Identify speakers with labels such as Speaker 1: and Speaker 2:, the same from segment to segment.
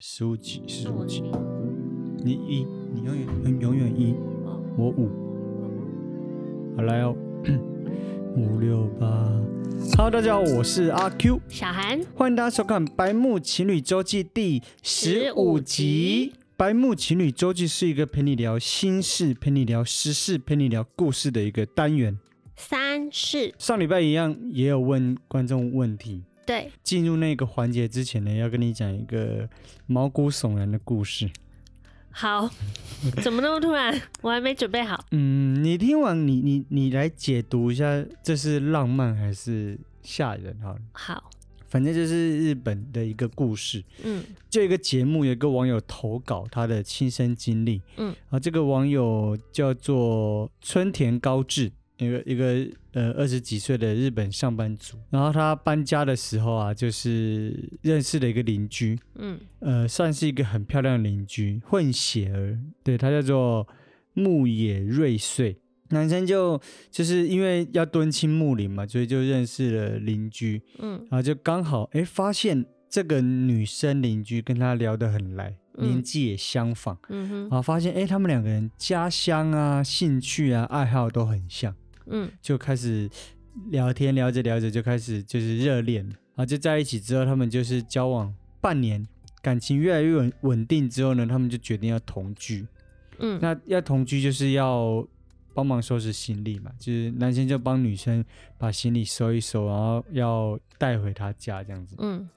Speaker 1: 十五级，十
Speaker 2: 是
Speaker 1: 五
Speaker 2: 我
Speaker 1: 级
Speaker 2: 零，
Speaker 1: 你一，你永远永永远一，
Speaker 2: 哦，
Speaker 1: 我五。好来 哦，五六八。Hello，大家好，我是阿 Q，
Speaker 2: 小韩，
Speaker 1: 欢迎大家收看《白木情侣周记》第十五
Speaker 2: 15
Speaker 1: 集
Speaker 2: 集。
Speaker 1: 白木情侣周记是一个陪你聊心事、陪你聊时事、陪你聊故事的一个单元。
Speaker 2: 三是
Speaker 1: 上礼拜一样也有问观众问题，
Speaker 2: 对，
Speaker 1: 进入那个环节之前呢，要跟你讲一个毛骨悚然的故事。
Speaker 2: 好，怎么那么突然？我还没准备好。
Speaker 1: 嗯，你听完你你你来解读一下，这是浪漫还是吓人哈？
Speaker 2: 好，
Speaker 1: 反正就是日本的一个故事，
Speaker 2: 嗯，
Speaker 1: 就一个节目，有一个网友投稿他的亲身经历，
Speaker 2: 嗯，
Speaker 1: 啊，这个网友叫做春田高志，一个一个呃二十几岁的日本上班族，然后他搬家的时候啊，就是认识了一个邻居，
Speaker 2: 嗯，
Speaker 1: 呃，算是一个很漂亮的邻居，混血儿，对他叫做木野瑞穗。男生就就是因为要敦亲睦邻嘛，所以就认识了邻居，
Speaker 2: 嗯，
Speaker 1: 然后就刚好哎发现这个女生邻居跟他聊得很来，
Speaker 2: 嗯
Speaker 1: 年纪也相仿，
Speaker 2: 嗯
Speaker 1: 然
Speaker 2: 哼，
Speaker 1: 后发现哎他们两个人家乡啊、兴趣啊、爱好都很像，
Speaker 2: 嗯，
Speaker 1: 就开始聊天，聊着聊着就开始就是热恋了，然后就在一起之后，他们就是交往半年，感情越来越稳稳定之后呢，他们就决定要同居。
Speaker 2: 嗯，
Speaker 1: 那要同居就是要帮忙收拾行李嘛，就是男生就帮女生把行李收一收，然后要带回他家这样子。
Speaker 2: 嗯，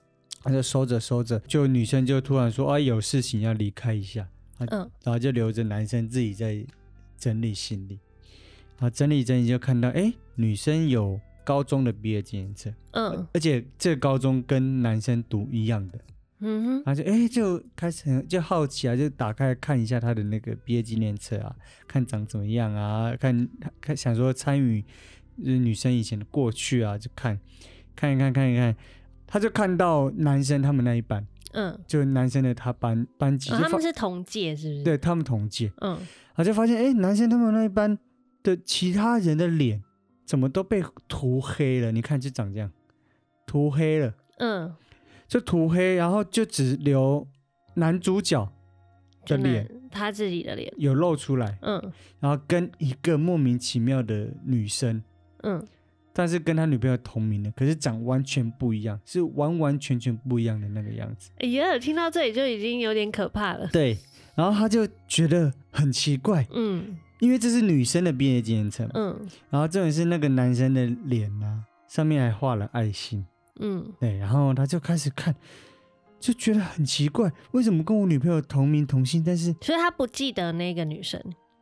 Speaker 1: 他就收着收着，就女生就突然说啊有事情要离开一下，
Speaker 2: 嗯，
Speaker 1: 然后就留着男生自己在整理行李。啊，整理整理就看到，哎，女生有高中的毕业纪念册，
Speaker 2: 嗯，
Speaker 1: 而且这个高中跟男生读一样的，
Speaker 2: 嗯哼，
Speaker 1: 然后就哎就开始很就好奇啊，就打开看一下他的那个毕业纪念册啊，看长怎么样啊，看看想说参与就是女生以前的过去啊，就看看一看看一看，他就看到男生他们那一班，
Speaker 2: 嗯，
Speaker 1: 就男生的他班班级就
Speaker 2: 哦他
Speaker 1: 发、
Speaker 2: 们是同届，是不是？，
Speaker 1: 对他们同届，
Speaker 2: 嗯，
Speaker 1: 他就发现，哎，男生他们那一班的其他人的脸怎么都被涂黑了？你看就长这样，涂黑了，
Speaker 2: 嗯，
Speaker 1: 就涂黑，然后就只留男主角的
Speaker 2: 就那
Speaker 1: 脸
Speaker 2: 他自己的脸，
Speaker 1: 有露出来，
Speaker 2: 嗯，
Speaker 1: 然后跟一个莫名其妙的女生，
Speaker 2: 嗯，
Speaker 1: 但是跟他女朋友同名的，可是长完全不一样，是完完全全不一样的那个样子。
Speaker 2: 哎呀，听到这里就已经有点可怕了。
Speaker 1: 对，然后他就觉得很奇怪，
Speaker 2: 嗯，
Speaker 1: 因为这是女生的毕业纪念册嘛。
Speaker 2: 嗯，
Speaker 1: 然后重点是那个男生的脸啊，上面还画了爱心，
Speaker 2: 嗯，
Speaker 1: 对，然后他就开始看，就觉得很奇怪，为什么跟我女朋友同名同姓，但是
Speaker 2: 所以他不记得那个女生。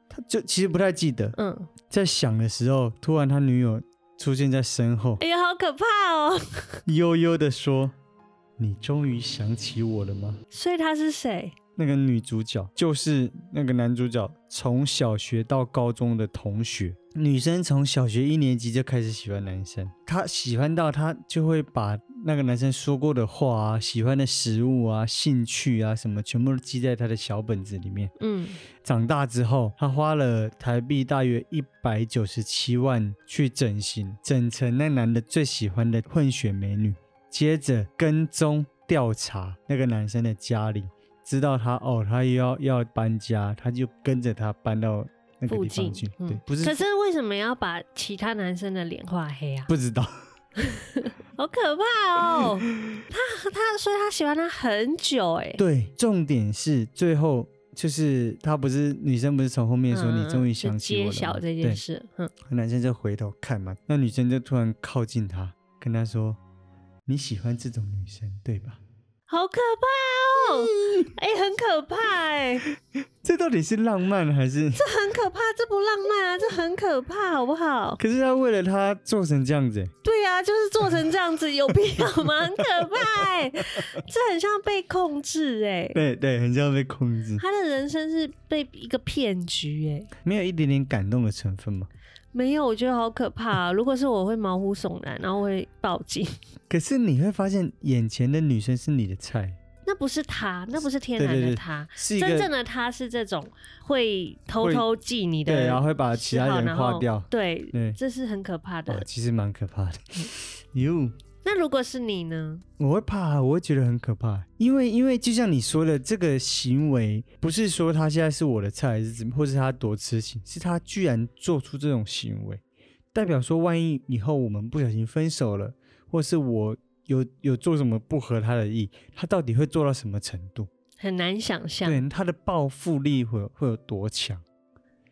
Speaker 1: 他就其实不太记得，
Speaker 2: 嗯，
Speaker 1: 在想的时候，突然他女友出现在身后，
Speaker 2: 哎呀，好可怕哦！
Speaker 1: 悠悠的说：“你终于想起我了吗
Speaker 2: 所以他是谁？？”
Speaker 1: 那个女主角就是那个男主角从小学到高中的同学，女生从小学一年级就开始喜欢男生，她喜欢到她就会把那个男生说过的话啊、喜欢的食物啊、兴趣啊什么，全部都记在她的小本子里面。
Speaker 2: 嗯，
Speaker 1: 长大之后，她花了台币大约一百九十七万去整形，整成那男的最喜欢的混血美女。接着跟踪调查那个男生的家里，知道他哦，他又要要搬家，他就跟着他搬到那个
Speaker 2: 附
Speaker 1: 地
Speaker 2: 近
Speaker 1: 方去。。
Speaker 2: 嗯
Speaker 1: 对，不是
Speaker 2: 可是为什么要把其他男生的脸画黑啊？
Speaker 1: 不知道，
Speaker 2: 好可 怕哦！他他，所以他喜欢他很久哎、
Speaker 1: 对，重点是最后就是他不是女生，不是从后面
Speaker 2: 嗯，
Speaker 1: 说、你终于
Speaker 2: 嗯
Speaker 1: 想起我
Speaker 2: 就
Speaker 1: 了
Speaker 2: 揭
Speaker 1: 吗，
Speaker 2: 晓这
Speaker 1: 对
Speaker 2: 件事。嗯，
Speaker 1: 男生就回头看嘛，那女生就突然靠近他，跟他说：“你喜欢这种女生对吧
Speaker 2: 好可怕哦！
Speaker 1: 嗯
Speaker 2: 哎、很可怕哎、？”
Speaker 1: 这到底是浪漫还是？？
Speaker 2: 很可怕，这不浪漫啊，这很可怕，好不好
Speaker 1: 可是他为了他做成这样子、 欸
Speaker 2: 对啊，就是做成这样子，有必要吗？很可怕 哎、这很像被控制哎、
Speaker 1: 对对，很像被控制，
Speaker 2: 他的人生是被一个骗局哎、
Speaker 1: 没有一点点感动的成分嘛。
Speaker 2: 没有，我觉得好可怕啊、如果是我会毛骨悚然，然后会报警。
Speaker 1: 可是你会发现，眼前的女生是你的菜，
Speaker 2: 那不是他，那不是天
Speaker 1: 对
Speaker 2: 然
Speaker 1: 对
Speaker 2: 的
Speaker 1: 对
Speaker 2: 他，
Speaker 1: 是一
Speaker 2: 真正
Speaker 1: 个
Speaker 2: 的他是这种会偷
Speaker 1: 会
Speaker 2: 偷记你的，
Speaker 1: 对，然后会把其
Speaker 2: 喜
Speaker 1: 他
Speaker 2: 好
Speaker 1: 人
Speaker 2: 然
Speaker 1: 划
Speaker 2: 后
Speaker 1: 掉。哦
Speaker 2: 对，
Speaker 1: 对
Speaker 2: 这是很可怕
Speaker 1: 哇
Speaker 2: 的，。
Speaker 1: 其实蛮可怕的。哟，
Speaker 2: 那如果是你呢？
Speaker 1: 我会怕，我会觉得很可怕，因为因为就像你说的，这个行为不是说他现在是我的菜，还是怎么，或是他多痴情，是他居然做出这种行为，代表说万一以后我们不小心分手了，或是我有有做什么不合他的意，他到底会做到什么程度？
Speaker 2: 很难想象，
Speaker 1: 对，他的报复力会有会有多强？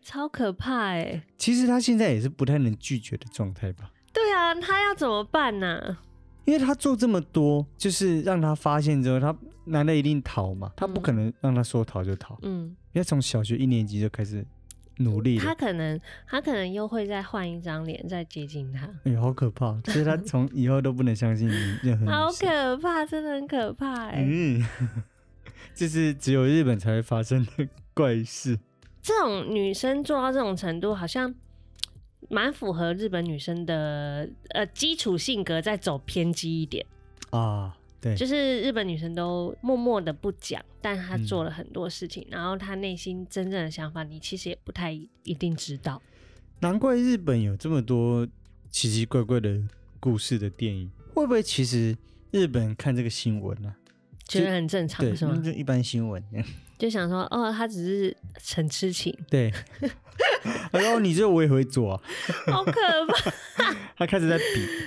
Speaker 2: 超可怕哎、
Speaker 1: 其实他现在也是不太能拒绝的状态吧。
Speaker 2: 对啊，他要怎么办呢、
Speaker 1: 因为他做这么多，就是让他发现之后，他男的一定逃嘛，他不可能让他说逃就逃，
Speaker 2: 嗯，
Speaker 1: 因为从小学一年级就开始努力
Speaker 2: 他
Speaker 1: 了。
Speaker 2: 可能他可能又会再换一张脸再接近他，
Speaker 1: 哎呦，好可 怕！所以他从以后都不能相信你任何女
Speaker 2: 好
Speaker 1: 生
Speaker 2: 可怕，真的很可怕哎、
Speaker 1: 嗯， 这是只有日本才会发生的怪事。
Speaker 2: 这种女生做到这种程度，好像蛮符合日本女生的呃基础性格，再走偏激一点。
Speaker 1: 啊，对，
Speaker 2: 就是日本女生都默默的不讲，但她
Speaker 1: 嗯
Speaker 2: 做了很多事情，然后她内心真正的想法，你其实也不太一定知道。
Speaker 1: 难怪日本有这么多奇奇怪怪的故事的电影。会不会其实日本看这个新闻呢、
Speaker 2: 觉得很正
Speaker 1: 啊？
Speaker 2: 常
Speaker 1: 对，
Speaker 2: 是吗
Speaker 1: 那？就一般新 闻。
Speaker 2: 就想说，哦，她只是很痴情，
Speaker 1: 对，他说哦你这我也会做啊，
Speaker 2: 好可 怕，
Speaker 1: 他开 始在比，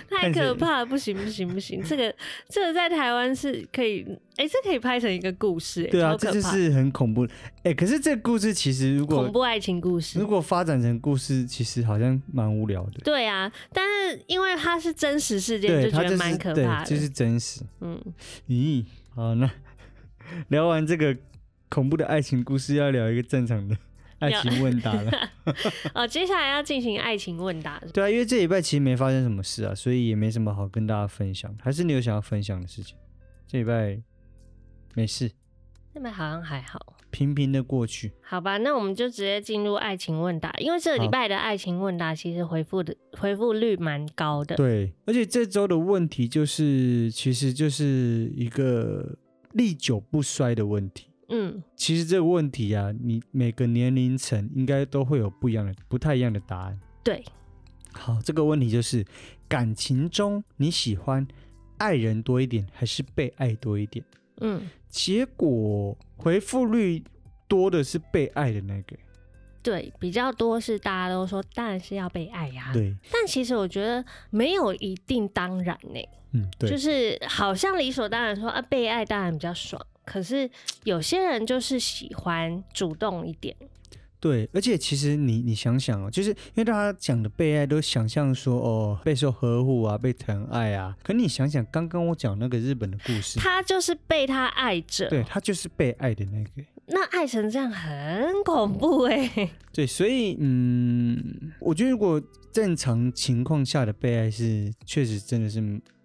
Speaker 2: 太可怕了，不行不行 不行，这个这个在台湾是可以，哎、这可以拍成一个故事、哎
Speaker 1: 对啊，
Speaker 2: 超可
Speaker 1: 这
Speaker 2: 怕
Speaker 1: 就是很恐怖。哎、可是这个故事其实如
Speaker 2: 恐
Speaker 1: 果
Speaker 2: 怖爱情故事
Speaker 1: 如。果发展成故事，其实好像蛮无聊的。
Speaker 2: 对啊，但是因为它是真实事件，
Speaker 1: 对，
Speaker 2: 就
Speaker 1: 他这
Speaker 2: 觉
Speaker 1: 是
Speaker 2: 得蛮可
Speaker 1: 对
Speaker 2: 怕的。
Speaker 1: 就是真实。
Speaker 2: 嗯，
Speaker 1: 咦，好，那 聊完这个恐怖的爱情故事，要聊一个正常的爱
Speaker 2: 聊
Speaker 1: 情问答了。
Speaker 2: 哦，接下来要进行爱情问答，
Speaker 1: 对啊，因为这礼拜其实没发生什么事啊，所以也没什么好跟大家分享。还是你有想要分享的事情？这礼拜没事，
Speaker 2: 那边好像还好。
Speaker 1: 平平的过去。
Speaker 2: 好吧，那我们就直接进入爱情问答，因为这个礼
Speaker 1: 好
Speaker 2: 拜的爱情问答其实回复的回复率蛮高的。
Speaker 1: 对，而且这周的问题就是，其实就是一个历久不衰的问题。
Speaker 2: 嗯，
Speaker 1: 其实这个问题啊，你每个年龄层应该都会有不一样的、不太一样的答案。
Speaker 2: 对，
Speaker 1: 好，这个问题就是感情中你喜欢爱人多一点，还是被爱多一点？
Speaker 2: 嗯，
Speaker 1: 结果回复率多的是被爱的那个。
Speaker 2: 对，比较多是大家都说当然是要被爱呀、
Speaker 1: 对，
Speaker 2: 但其实我觉得没有一定当然呢、
Speaker 1: 嗯，对，
Speaker 2: 就是好像理所当然说啊，被爱当然比较爽。可是有些人就是喜欢主动一点，
Speaker 1: 对，而且其实你你想想哦，就是因为大家讲的被爱都想象说哦备受呵护啊，被疼爱啊，可你想想刚刚我讲那个日本的故事，
Speaker 2: 他就是被他爱着，
Speaker 1: 对他就是被爱的那个，
Speaker 2: 那爱成这样很恐怖哎、
Speaker 1: 对，所以嗯，我觉得如果正常情况下的被爱是确实真的是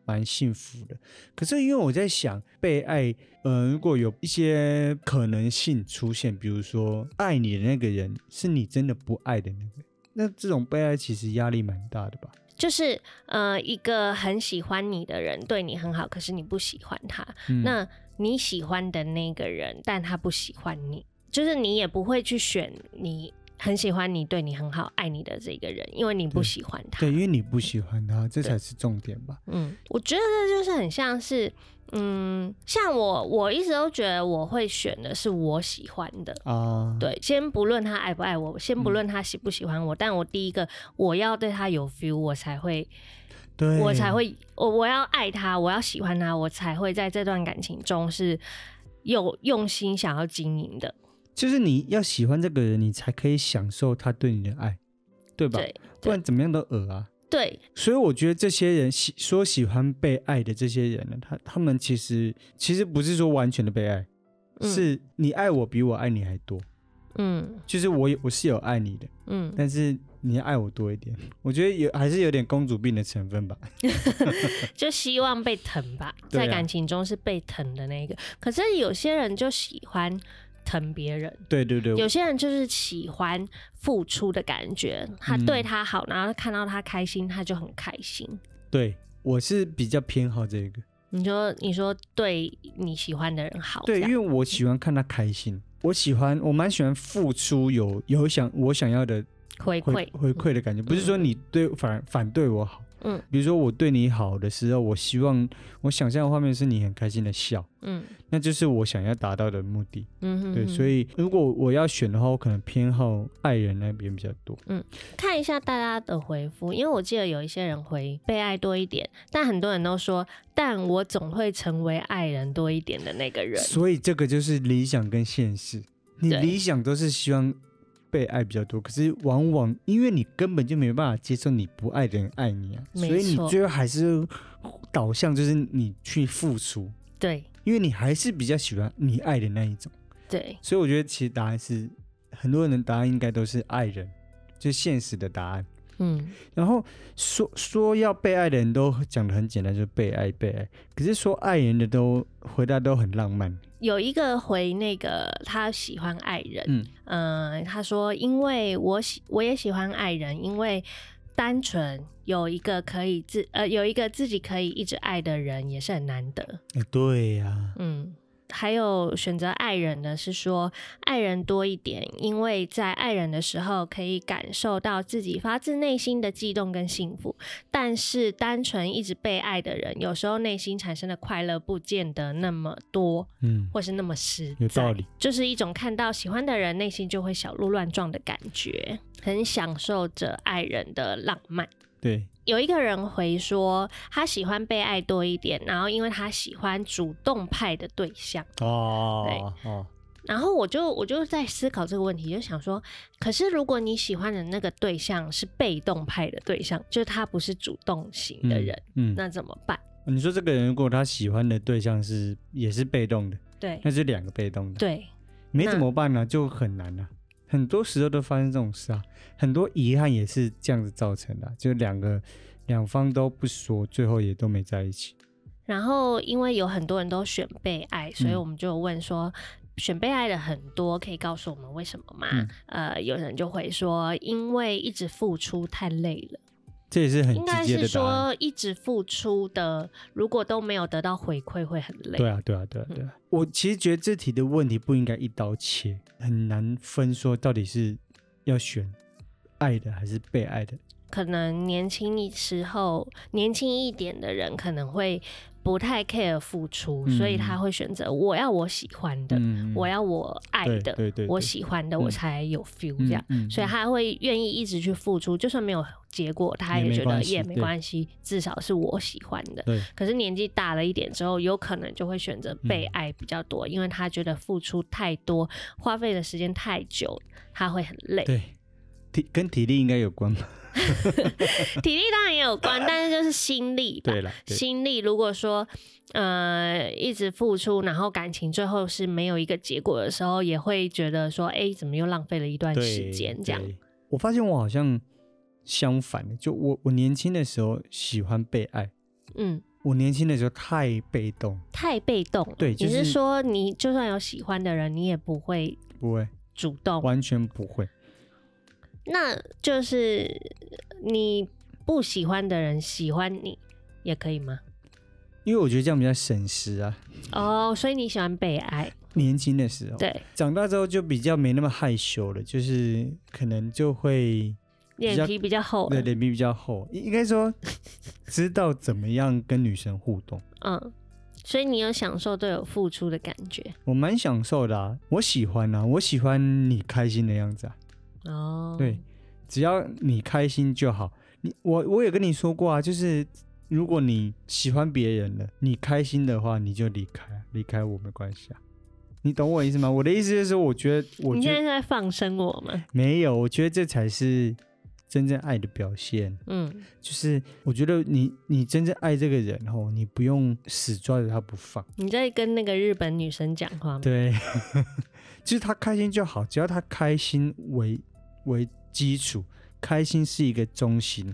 Speaker 1: 蛮幸福的，可是因为我在想被爱，呃，如果有一些可能性出现，比如说爱你的那个人是你真的不爱的那个人，那这种被爱其实压力蛮大的吧。
Speaker 2: 就是呃，一个很喜欢你的人对你很好，可是你不喜欢他，
Speaker 1: 嗯
Speaker 2: 那你喜欢的那个人，但他不喜欢你，就是你也不会去选你很喜欢你、对你很好、爱你的这个人，因为你不
Speaker 1: 对
Speaker 2: 喜欢他
Speaker 1: 对，。因为你不喜欢他，这才是重点吧？
Speaker 2: 嗯，我觉得这就是很像是，嗯，像我，我一直都觉得我会选的是我喜欢的。
Speaker 1: 啊，，
Speaker 2: 对，先不论他爱不爱我，先不
Speaker 1: 嗯
Speaker 2: 论他喜不喜欢我，但我第一个我要对他有 feel，我才会
Speaker 1: 对，
Speaker 2: 我才会，我我要爱他，我要喜欢他，我才会在这段感情中是有用心想要经营的。
Speaker 1: 就是你要喜欢这个人，你才可以享受他对你的爱，对吧？
Speaker 2: 对
Speaker 1: 不然怎么样都恶啊。
Speaker 2: 对，
Speaker 1: 所以我觉得这些人喜说喜欢被爱的这些人呢，他他们其实其实不是说完全的被爱，
Speaker 2: 嗯
Speaker 1: 是你爱我比我爱你还多，
Speaker 2: 嗯
Speaker 1: 就是我有我是有爱你的，
Speaker 2: 嗯，
Speaker 1: 但是你爱我多一点，我觉得有还是有点公主病的成分吧。
Speaker 2: 就希望被疼吧，
Speaker 1: 对啊
Speaker 2: 在感情中是被疼的那个。可是有些人就喜欢疼别人，
Speaker 1: 对对对，
Speaker 2: 有些人就是喜欢付出的感觉，他
Speaker 1: 嗯
Speaker 2: 对他好，然后看到他开心，他就很开心。
Speaker 1: 对我是比较偏好这个。
Speaker 2: 你说，你说对你喜欢的人好，
Speaker 1: 对，
Speaker 2: 这
Speaker 1: 因
Speaker 2: 样
Speaker 1: 为我喜欢看他开心，我喜欢，我蛮喜欢付出有有想我想要的
Speaker 2: 回
Speaker 1: 回
Speaker 2: 馈
Speaker 1: 回馈的感觉，不是说你对反反对我好，
Speaker 2: 嗯
Speaker 1: 比如说我对你好的时候，我希望我想象的画面是你很开心的笑，
Speaker 2: 嗯
Speaker 1: 那就是我想要达到的目的。
Speaker 2: 嗯哼，
Speaker 1: 对，所
Speaker 2: 以
Speaker 1: 以如果我要选的话，我可能偏好爱人那边比较多。
Speaker 2: 看一下大家的回复，因为我记得有一些人回被爱多一点，但很多人都说，但我总会成为爱人多一点的那个人。
Speaker 1: 所以这个就是理想跟现实。你
Speaker 2: 对
Speaker 1: 理想都是希望被爱比较多，可是往往因为你根本就没办法接受你不爱的人爱你啊，所
Speaker 2: 没
Speaker 1: 以你
Speaker 2: 错
Speaker 1: 最后还是导向就是你去付出，
Speaker 2: 对
Speaker 1: 因为你还是比较喜欢你爱的那一种。
Speaker 2: 对，
Speaker 1: 所以我觉得其实答案是很多人的答案应该都是爱人，就是现实的答案。
Speaker 2: 嗯
Speaker 1: 然后说说要被爱的人都讲的很简单，就是被爱被爱。可是说爱人的都回答都很浪漫，
Speaker 2: 有一个回那个他喜欢爱人，
Speaker 1: 嗯，
Speaker 2: 嗯、他说因为我喜我也喜欢爱人，因为单纯有一个可以自呃有一个自己可以一直爱的人也是很难得，
Speaker 1: 哎、对呀、
Speaker 2: 嗯。还有选择爱人的是说爱人多一点，因为在爱人的时候可以感受到自己发自内心的悸动跟幸福，但是单纯一直被爱的人，有时候内心产生的快乐不见得那么多，
Speaker 1: 嗯，
Speaker 2: 或是那么实在
Speaker 1: 有道理，
Speaker 2: 就是一种看到喜欢的人，内心就会小鹿乱撞的感觉，很享受着爱人的浪漫。
Speaker 1: 对，
Speaker 2: 有一个人回说，他喜欢被爱多一点，然后因为他喜欢主动派的对象。
Speaker 1: 哦，哦，
Speaker 2: 然后我就我就在思考这个问题，就想说，可是如果你喜欢的那个对象是被动派的对象，就是他不是主动型的人，
Speaker 1: 嗯，
Speaker 2: 那怎么办？
Speaker 1: 嗯，你说这个人如果他喜欢的对象是也是被动的，
Speaker 2: 对
Speaker 1: 那就两个被动的，，
Speaker 2: 对，
Speaker 1: 没
Speaker 2: 那
Speaker 1: 怎么办呢、就很难啊。很多时候都发生这种事啊，很多遗憾也是这样子造成的啊、就两个两方都不说，最后也都没在一起。
Speaker 2: 然后因为有很多人都选被爱，所以
Speaker 1: 嗯
Speaker 2: 我们就有问说。选被爱的很多，可以告诉我们为什么吗？
Speaker 1: 嗯
Speaker 2: 呃，有人就会说，因为一直付出太累了，
Speaker 1: 这也是很
Speaker 2: 应该
Speaker 1: 直接
Speaker 2: 是
Speaker 1: 的答案。
Speaker 2: 说一直付出的，如果都没有得到回馈，会很累。嗯
Speaker 1: 对啊，对啊，对啊，对啊！我其实觉得这题的问题不应该一刀切，很难分说到底是要选爱的还是被爱的。
Speaker 2: 可能年轻一时候，年轻一点的人可能会不太 care 付出，
Speaker 1: 嗯
Speaker 2: 所以他会选择我要我喜欢的，
Speaker 1: 嗯，
Speaker 2: 我要我爱
Speaker 1: 对
Speaker 2: 的，
Speaker 1: 对对
Speaker 2: 我
Speaker 1: 对
Speaker 2: 喜欢的，
Speaker 1: 嗯
Speaker 2: 我才有 feel 这样。
Speaker 1: 嗯嗯
Speaker 2: 所
Speaker 1: 嗯
Speaker 2: 以他会愿意一直去付出，就算没有结果，他
Speaker 1: 也
Speaker 2: 也
Speaker 1: 没
Speaker 2: 觉
Speaker 1: 关
Speaker 2: 得
Speaker 1: 系
Speaker 2: 也没
Speaker 1: 对
Speaker 2: 关系，至少是我喜欢的。
Speaker 1: 对，
Speaker 2: 可是年纪大了一点之后，有可能就会选择被爱比较多，因为他觉得付出太多，花费的时间太久，他会很累。
Speaker 1: 对，体跟体力应该有关吧？
Speaker 2: 体力当然也有 关，但是就是心力吧。
Speaker 1: 对了，对，
Speaker 2: 心力如果说呃一直付出，然后感情最后是没有一个结果的时候，也会觉得说，哎、怎么又浪费了一段
Speaker 1: 对
Speaker 2: 时间这样？。
Speaker 1: 对我发现我好像相反，就我我年轻的时候喜欢被爱，
Speaker 2: 嗯。
Speaker 1: 我年轻的时候太被动，
Speaker 2: 太被动了。
Speaker 1: 对就
Speaker 2: 你
Speaker 1: 是
Speaker 2: 是说你就算有喜欢的人，你也不会
Speaker 1: 不会，
Speaker 2: 主动，
Speaker 1: 完全不会。
Speaker 2: 那就是你不喜欢的人喜欢你也可以吗？
Speaker 1: 因为我觉得这样比较省时啊，
Speaker 2: 哦、所以你喜欢被爱，
Speaker 1: 年轻的时候，
Speaker 2: 对，
Speaker 1: 长大之后就比较没那么害羞了，就是可能就会比较
Speaker 2: 脸皮比较厚
Speaker 1: 对
Speaker 2: 了，
Speaker 1: 脸皮比较厚，应应该 说知道怎么样跟女生互动，
Speaker 2: 嗯，所以你有享受都有付出的感觉
Speaker 1: 我蛮享受的、啊，我喜欢啊，我喜欢你开心的样子啊，
Speaker 2: 哦。
Speaker 1: 对，只要你开心就好。你我我也跟你说过啊，就是如果你喜欢别人了，你开心的话，你就离开啊，离开我没关系啊。你懂我意思吗？我的意思就是说，我觉得，我
Speaker 2: 你
Speaker 1: 觉
Speaker 2: 现在
Speaker 1: 得
Speaker 2: 是在放生我吗？
Speaker 1: 没有，我觉得这才是真正爱的表现。
Speaker 2: 嗯
Speaker 1: 就是我觉得你你真正爱这个人哦，你不用死抓着他不放，
Speaker 2: 你在跟那个日本女生讲话吗？
Speaker 1: 对，就是他开心就好，只要他开心为为基础，开心是一个中心，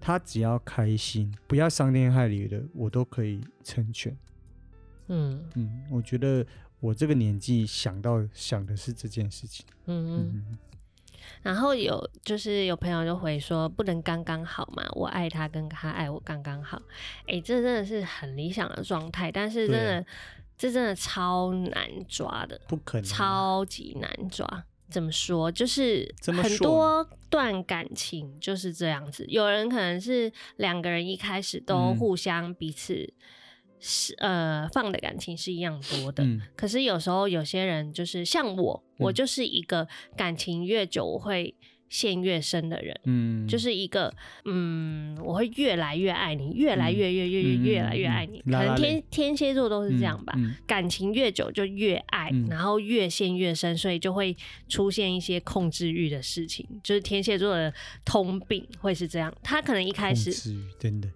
Speaker 1: 他只要开心，不要伤天害理的，我都可以成全。
Speaker 2: 嗯
Speaker 1: 嗯，我觉得我这个年纪想到想的是这件事情。
Speaker 2: 嗯嗯。
Speaker 1: 嗯，
Speaker 2: 然后有就是有朋友就回说，不能刚刚好嘛，我爱他跟他爱我刚刚好，哎、这真的是很理想的状态，但是真
Speaker 1: 对啊
Speaker 2: 的、这真的超难抓的，
Speaker 1: 不可能啊，
Speaker 2: 超级难抓。怎么说，就是
Speaker 1: 这么
Speaker 2: 很
Speaker 1: 顺
Speaker 2: 多段感情就是这样子。有人可能是两个人一开始都
Speaker 1: 嗯
Speaker 2: 互相彼此是、呃放的感情是一样多的，
Speaker 1: 嗯
Speaker 2: 可是有时候有些人就是像我，我就是一个感情越久我会陷越深的人。
Speaker 1: 嗯，
Speaker 2: 就是一个，嗯，我会越来越爱你，越来越越越越
Speaker 1: 嗯嗯
Speaker 2: 越来越爱你。
Speaker 1: 嗯嗯
Speaker 2: 可
Speaker 1: 拉
Speaker 2: 能
Speaker 1: 拉
Speaker 2: 天
Speaker 1: 蕾
Speaker 2: 天蝎座都是这样吧，
Speaker 1: 嗯嗯
Speaker 2: 感情越久就越爱，
Speaker 1: 嗯
Speaker 2: 然后越陷越深，所以就会出现一些控制欲的事情，就是天蝎座的通病会是这样。他可能一开
Speaker 1: 控
Speaker 2: 始
Speaker 1: 制欲，真的，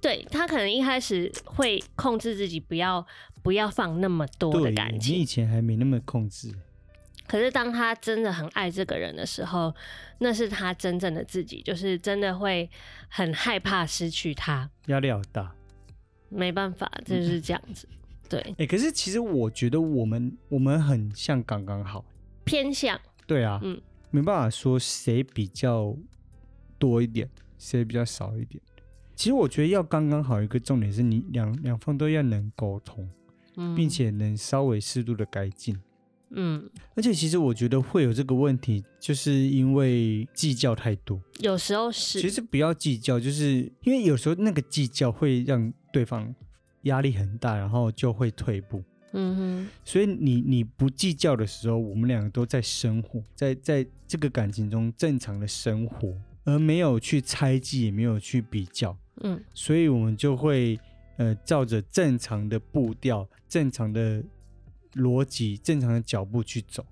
Speaker 2: 对他可能一开始会控制自己，不要不要放那么多的
Speaker 1: 对，
Speaker 2: 感
Speaker 1: 你以
Speaker 2: 情。
Speaker 1: 前还没那么控制，
Speaker 2: 可是当他真的很爱这个人的时候，那是他真正的自己，就是真的会很害怕失去他。
Speaker 1: 压力好大。
Speaker 2: 没办法，
Speaker 1: 嗯
Speaker 2: 就是这样子。对，
Speaker 1: 哎、可是其实我觉得我们我们很像刚刚好，
Speaker 2: 偏向
Speaker 1: 对啊，
Speaker 2: 嗯
Speaker 1: 没办法说谁比较多一点，谁比较少一点。其实我觉得要刚刚好，一个重点是你两两方都要能沟通，
Speaker 2: 嗯，
Speaker 1: 并且能稍微适度的改进。
Speaker 2: 嗯，
Speaker 1: 而且其实我觉得会有这个问题，就是因为计较太多。
Speaker 2: 有时候
Speaker 1: 其
Speaker 2: 是
Speaker 1: 实不要计较，就是因为有时候那个计较会让对方压力很大，然后就会退步。
Speaker 2: 嗯哼，
Speaker 1: 所以你你不计较的时候，我们两个都在生活，在在这个感情中正常的生活，而没有去猜忌，也没有去比较，
Speaker 2: 嗯
Speaker 1: 所以我们就会呃照着正常的步调、正常的逻辑、正常的脚步去走。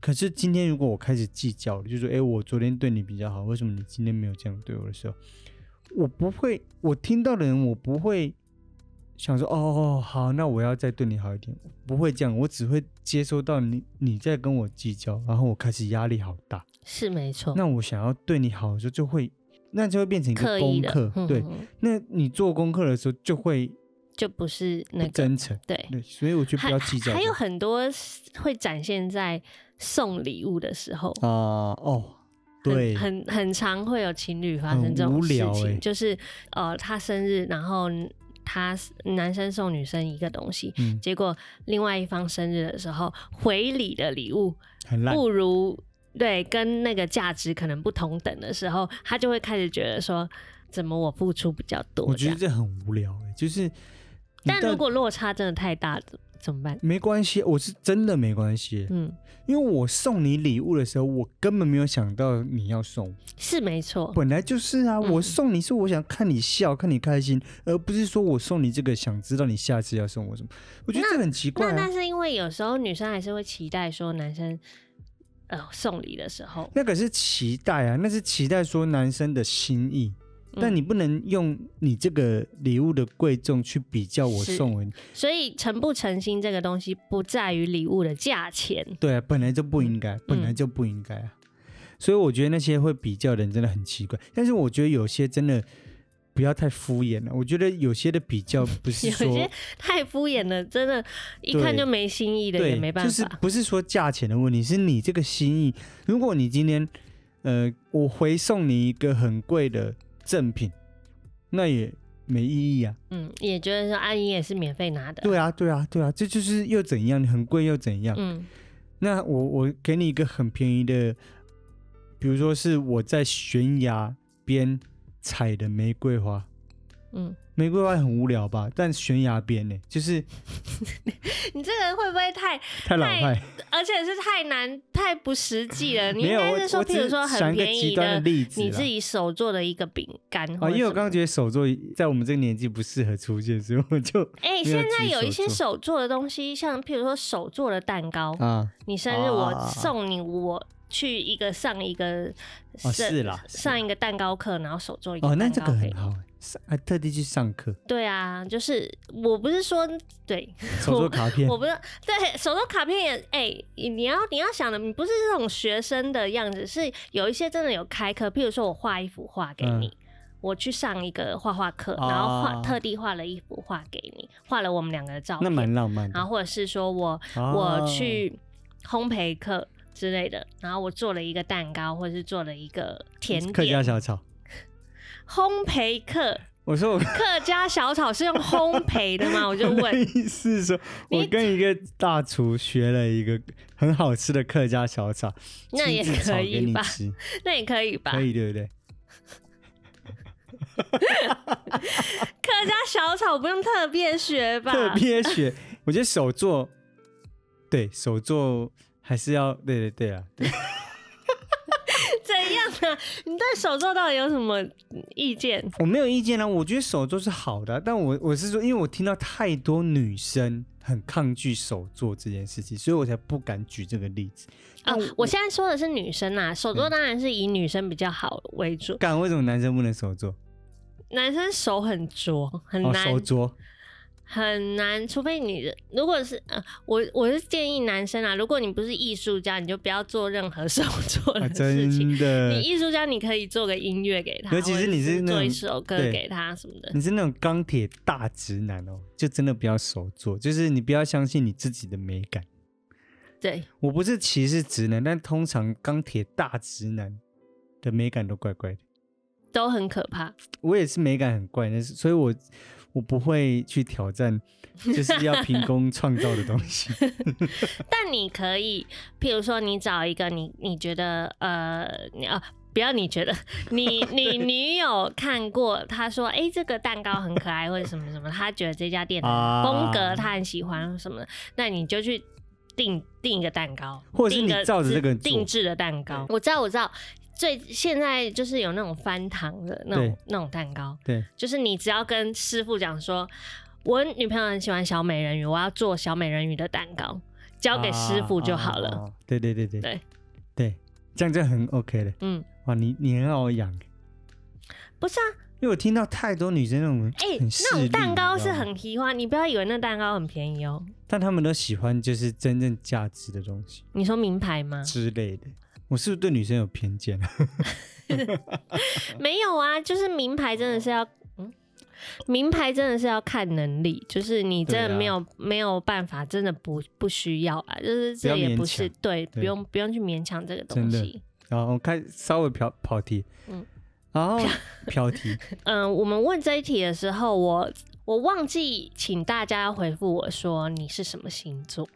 Speaker 1: 可是今天如果我开始计较了，就说诶，我昨天对你比较好，为什么你今天没有这样对我的时候，我不会，我听到的人我不会想说哦好，那我要再对你好一点，不会这样，我只会接收到你你在跟我计较，然后我开始压力好大。
Speaker 2: 是没错，
Speaker 1: 那我想要对你好的时候，就会那就会变成一
Speaker 2: 刻
Speaker 1: 个
Speaker 2: 意
Speaker 1: 功
Speaker 2: 的
Speaker 1: 课，，对
Speaker 2: 嗯，哼哼
Speaker 1: 那你做功课的时候就会
Speaker 2: 就不是
Speaker 1: 不
Speaker 2: 那个
Speaker 1: 真诚，
Speaker 2: 对。
Speaker 1: 对，所以我觉得不
Speaker 2: 还
Speaker 1: 要计较这个。
Speaker 2: 还有很多是会展现在送礼物的时候，
Speaker 1: 啊、哦，
Speaker 2: 很
Speaker 1: 对，
Speaker 2: 很很常会有情侣发生
Speaker 1: 很
Speaker 2: 这种
Speaker 1: 无
Speaker 2: 事
Speaker 1: 聊
Speaker 2: 情，
Speaker 1: 欸
Speaker 2: 就是呃，他生日，然后他男生送女生一个东西，
Speaker 1: 嗯，
Speaker 2: 结果另外一方生日的时候回礼的礼物
Speaker 1: 很烂，
Speaker 2: 不如对跟那个价值可能不同等的时候，他就会开始觉得说，怎么我付出比较多
Speaker 1: 我觉
Speaker 2: 这
Speaker 1: 得
Speaker 2: 样？
Speaker 1: 这很无聊、欸，就是你
Speaker 2: 但
Speaker 1: 到
Speaker 2: 如果落差真的太大，怎怎么办？
Speaker 1: 没关系，我是真的没关系、
Speaker 2: 嗯，
Speaker 1: 因为我送你礼物的时候，我根本没有想到你要送我，
Speaker 2: 是没错，
Speaker 1: 本来就是啊，
Speaker 2: 嗯
Speaker 1: 我送你是我想看你笑，看你开心，而不是说我送你这个想知道你下次要送我什么，我觉得这很奇怪
Speaker 2: 那
Speaker 1: 啊
Speaker 2: 那。是因为有时候女生还是会期待说男生呃送礼的时候，
Speaker 1: 那可是期待啊，那是期待说男生的心意，但
Speaker 2: 嗯
Speaker 1: 你不能用你这个礼物的贵重去比较我
Speaker 2: 是
Speaker 1: 送你，
Speaker 2: 所以诚不诚心这个东西不在于礼物的价钱。
Speaker 1: 对啊，本来就不应该，
Speaker 2: 嗯
Speaker 1: 本来就不应该啊。所以我觉得那些会比较的人真的很奇怪，但是我觉得有些真的不要太敷衍啊了。我觉得有些的比较不是
Speaker 2: 有
Speaker 1: 说
Speaker 2: 些太敷衍了，真的，一
Speaker 1: 对
Speaker 2: 看就没新意的，也
Speaker 1: 对，
Speaker 2: 没办
Speaker 1: 就是
Speaker 2: 法。
Speaker 1: 不是说价钱的问题，是你这个心意。如果你今天呃，我回送你一个很贵的赠品，那也没意义啊。
Speaker 2: 嗯，也觉得说阿姨也是免费拿的。
Speaker 1: 对啊，对啊，对啊，这就是又怎样？很贵又怎样？
Speaker 2: 嗯
Speaker 1: 那我我给你一个很便宜的，比如说是我在悬崖边采的玫瑰花，
Speaker 2: 嗯，
Speaker 1: 玫瑰花很无聊吧？但悬崖边呢、就是
Speaker 2: 你这个会不会太，
Speaker 1: 太老派，
Speaker 2: 而且是太难、太不实际 了？你
Speaker 1: 没
Speaker 2: 应
Speaker 1: 有，
Speaker 2: 该
Speaker 1: 我
Speaker 2: 是说，
Speaker 1: 我只
Speaker 2: 譬如说
Speaker 1: 想
Speaker 2: 很
Speaker 1: 一个
Speaker 2: 便
Speaker 1: 极
Speaker 2: 宜
Speaker 1: 端的例子啦，
Speaker 2: 你自己手做的一个饼干或者什么。
Speaker 1: 啊，因为我刚刚觉得手作在我们这个年纪不适合出现，所以我就
Speaker 2: 哎、
Speaker 1: 没有
Speaker 2: 现在
Speaker 1: 举
Speaker 2: 有一
Speaker 1: 手
Speaker 2: 些
Speaker 1: 做
Speaker 2: 手做的东西，像譬如说手做的蛋糕，
Speaker 1: 啊
Speaker 2: 你生日我
Speaker 1: 啊
Speaker 2: 送你，我去一个上一个
Speaker 1: 哦
Speaker 2: 生
Speaker 1: 是啦是
Speaker 2: 上
Speaker 1: 啦
Speaker 2: 一个蛋糕课，然后手做一个
Speaker 1: 哦，那
Speaker 2: 蛋
Speaker 1: 这
Speaker 2: 糕
Speaker 1: 个
Speaker 2: 给
Speaker 1: 很
Speaker 2: 你。
Speaker 1: 好欸，上还特地去上课，
Speaker 2: 对啊，就是我不是说对，
Speaker 1: 手作卡片
Speaker 2: 我不是对手作卡片也哎、你要你要想的，你不是这种学生的样子，是有一些真的有开课，譬如说我画一幅画给
Speaker 1: 嗯
Speaker 2: 你。我去上一个画画课，然后画、
Speaker 1: 啊
Speaker 2: 特地画了一幅画给你，画了我们两个的照
Speaker 1: 那
Speaker 2: 片，
Speaker 1: 蛮浪漫的
Speaker 2: 然。后或者是说我、
Speaker 1: 哦
Speaker 2: 我去烘焙课之类的，然后我做了一个蛋糕，或者是做了一个甜
Speaker 1: 客家
Speaker 2: 点。
Speaker 1: 小炒，
Speaker 2: 烘焙课
Speaker 1: 我说我
Speaker 2: 客家小炒是用烘焙的吗？我就
Speaker 1: 我的
Speaker 2: 问。
Speaker 1: 意思是说，我
Speaker 2: 你
Speaker 1: 跟一个大厨学了一个很好吃的客家小炒，
Speaker 2: 那也
Speaker 1: 亲自炒
Speaker 2: 可
Speaker 1: 给
Speaker 2: 以
Speaker 1: 你
Speaker 2: 吧
Speaker 1: 吃
Speaker 2: 那也可以吧？
Speaker 1: 可以对不对？
Speaker 2: 客家小炒不用特别学吧？
Speaker 1: 特别学，我觉得手做，对手做还是要对对对啊，对
Speaker 2: 怎样啊？你对手作到底有什么意见？
Speaker 1: 我没有意见啊，我觉得手做是好的啊、但我我是说，因为我听到太多女生很抗拒手做这件事情，所以我才不敢举这个例子。
Speaker 2: 哦，我现在说的是女生啊，手作当然是以女生比较好为主，
Speaker 1: 干为什么男生不能手做？
Speaker 2: 嗯男生手很拙，很
Speaker 1: 哦，
Speaker 2: 难
Speaker 1: 手 作
Speaker 2: 很难，除非你的如果是呃，我我是建议男生啊，如果你不是艺术家，你就不要做任何手做
Speaker 1: 啊，
Speaker 2: 的事
Speaker 1: 真
Speaker 2: 情。你
Speaker 1: 的，
Speaker 2: 艺术家，你可以做个音乐给他，
Speaker 1: 尤其是
Speaker 2: 或者
Speaker 1: 你是那
Speaker 2: 做一
Speaker 1: 种
Speaker 2: 首歌
Speaker 1: 对嗯
Speaker 2: 给他什么的。
Speaker 1: 你是那种钢铁大直男哦，就真的不要手做，就是你不要相信你自己的美感。
Speaker 2: 对，
Speaker 1: 我不是歧视直男，但通常钢铁大直男的美感都怪怪的。
Speaker 2: 都很可怕。
Speaker 1: 我也是美感很怪，但是所以我我不会去挑 战，就是要凭空创造的东西。
Speaker 2: 但你可以，譬如说，你找一个你你觉得呃，你啊，不要你觉得 你你你有看过，他说哎、诶这个蛋糕很可爱，或者什么什么，他觉得这家店的
Speaker 1: 啊
Speaker 2: 风格他很喜欢什么的，那你就去订订一个蛋糕，
Speaker 1: 或者是
Speaker 2: 订一个
Speaker 1: 你照着这个做
Speaker 2: 定制的蛋糕。我知道，我知道。最现在就是有那种翻糖的那
Speaker 1: 对
Speaker 2: 种那种蛋糕，
Speaker 1: 对，
Speaker 2: 就是你只要跟师傅讲说，我女朋友很喜欢小美人鱼，我要做小美人鱼的蛋糕，交给师傅就好了。
Speaker 1: 啊啊啊对对对对
Speaker 2: 对
Speaker 1: 对，这样就很 OK 的。
Speaker 2: 嗯，
Speaker 1: 哇，你你很好养，欸
Speaker 2: 不是啊，
Speaker 1: 因为我听到太多女生那种
Speaker 2: 哎、
Speaker 1: 很势
Speaker 2: 那
Speaker 1: 利哦
Speaker 2: 种蛋糕
Speaker 1: 你知
Speaker 2: 是
Speaker 1: 道吗
Speaker 2: 很喜欢，你不要以为那蛋糕很便宜哦。
Speaker 1: 但他们都喜欢就是真正价值的东西
Speaker 2: 你说名牌吗？
Speaker 1: 之类的。我是不是对女生有偏见？啊
Speaker 2: 没有啊，就是名牌真的是要，嗯，名牌真的是要看能力，就是你真
Speaker 1: 对
Speaker 2: 的
Speaker 1: 啊
Speaker 2: 没有、没有办法，真的不不需要啊，就是
Speaker 1: 不要
Speaker 2: 这也不是
Speaker 1: 勉强
Speaker 2: 对，
Speaker 1: 对
Speaker 2: 不用不用去勉强这个
Speaker 1: 真
Speaker 2: 东
Speaker 1: 的
Speaker 2: 西。
Speaker 1: 然后我开稍微跑跑题，
Speaker 2: 嗯
Speaker 1: 然 后飘题，
Speaker 2: 嗯，我们问这一题的时候，我我忘记请大家回复我说你是什么星座，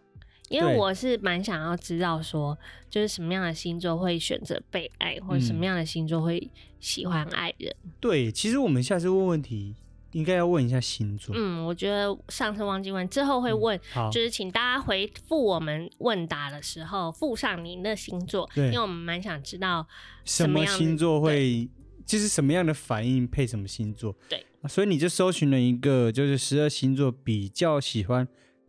Speaker 2: 因为
Speaker 1: 对
Speaker 2: 我是蛮想要知道说，就是什么样的星座会选择被爱，或者什么样的星座会喜欢爱人。
Speaker 1: 对，其实我们下次问问题应该要问一下星座。
Speaker 2: 嗯，我觉得上次忘记问，之后会问，
Speaker 1: 嗯好，
Speaker 2: 就是请大家回复我们问答的时候附上您的星座，
Speaker 1: 对
Speaker 2: 因为我们蛮想知道
Speaker 1: 什
Speaker 2: 么
Speaker 1: 么
Speaker 2: 样
Speaker 1: 星
Speaker 2: 的
Speaker 1: 座会就是什么样的反应配什么星座？
Speaker 2: 对
Speaker 1: 啊，所以你就搜寻了一个就是十二星座比较喜欢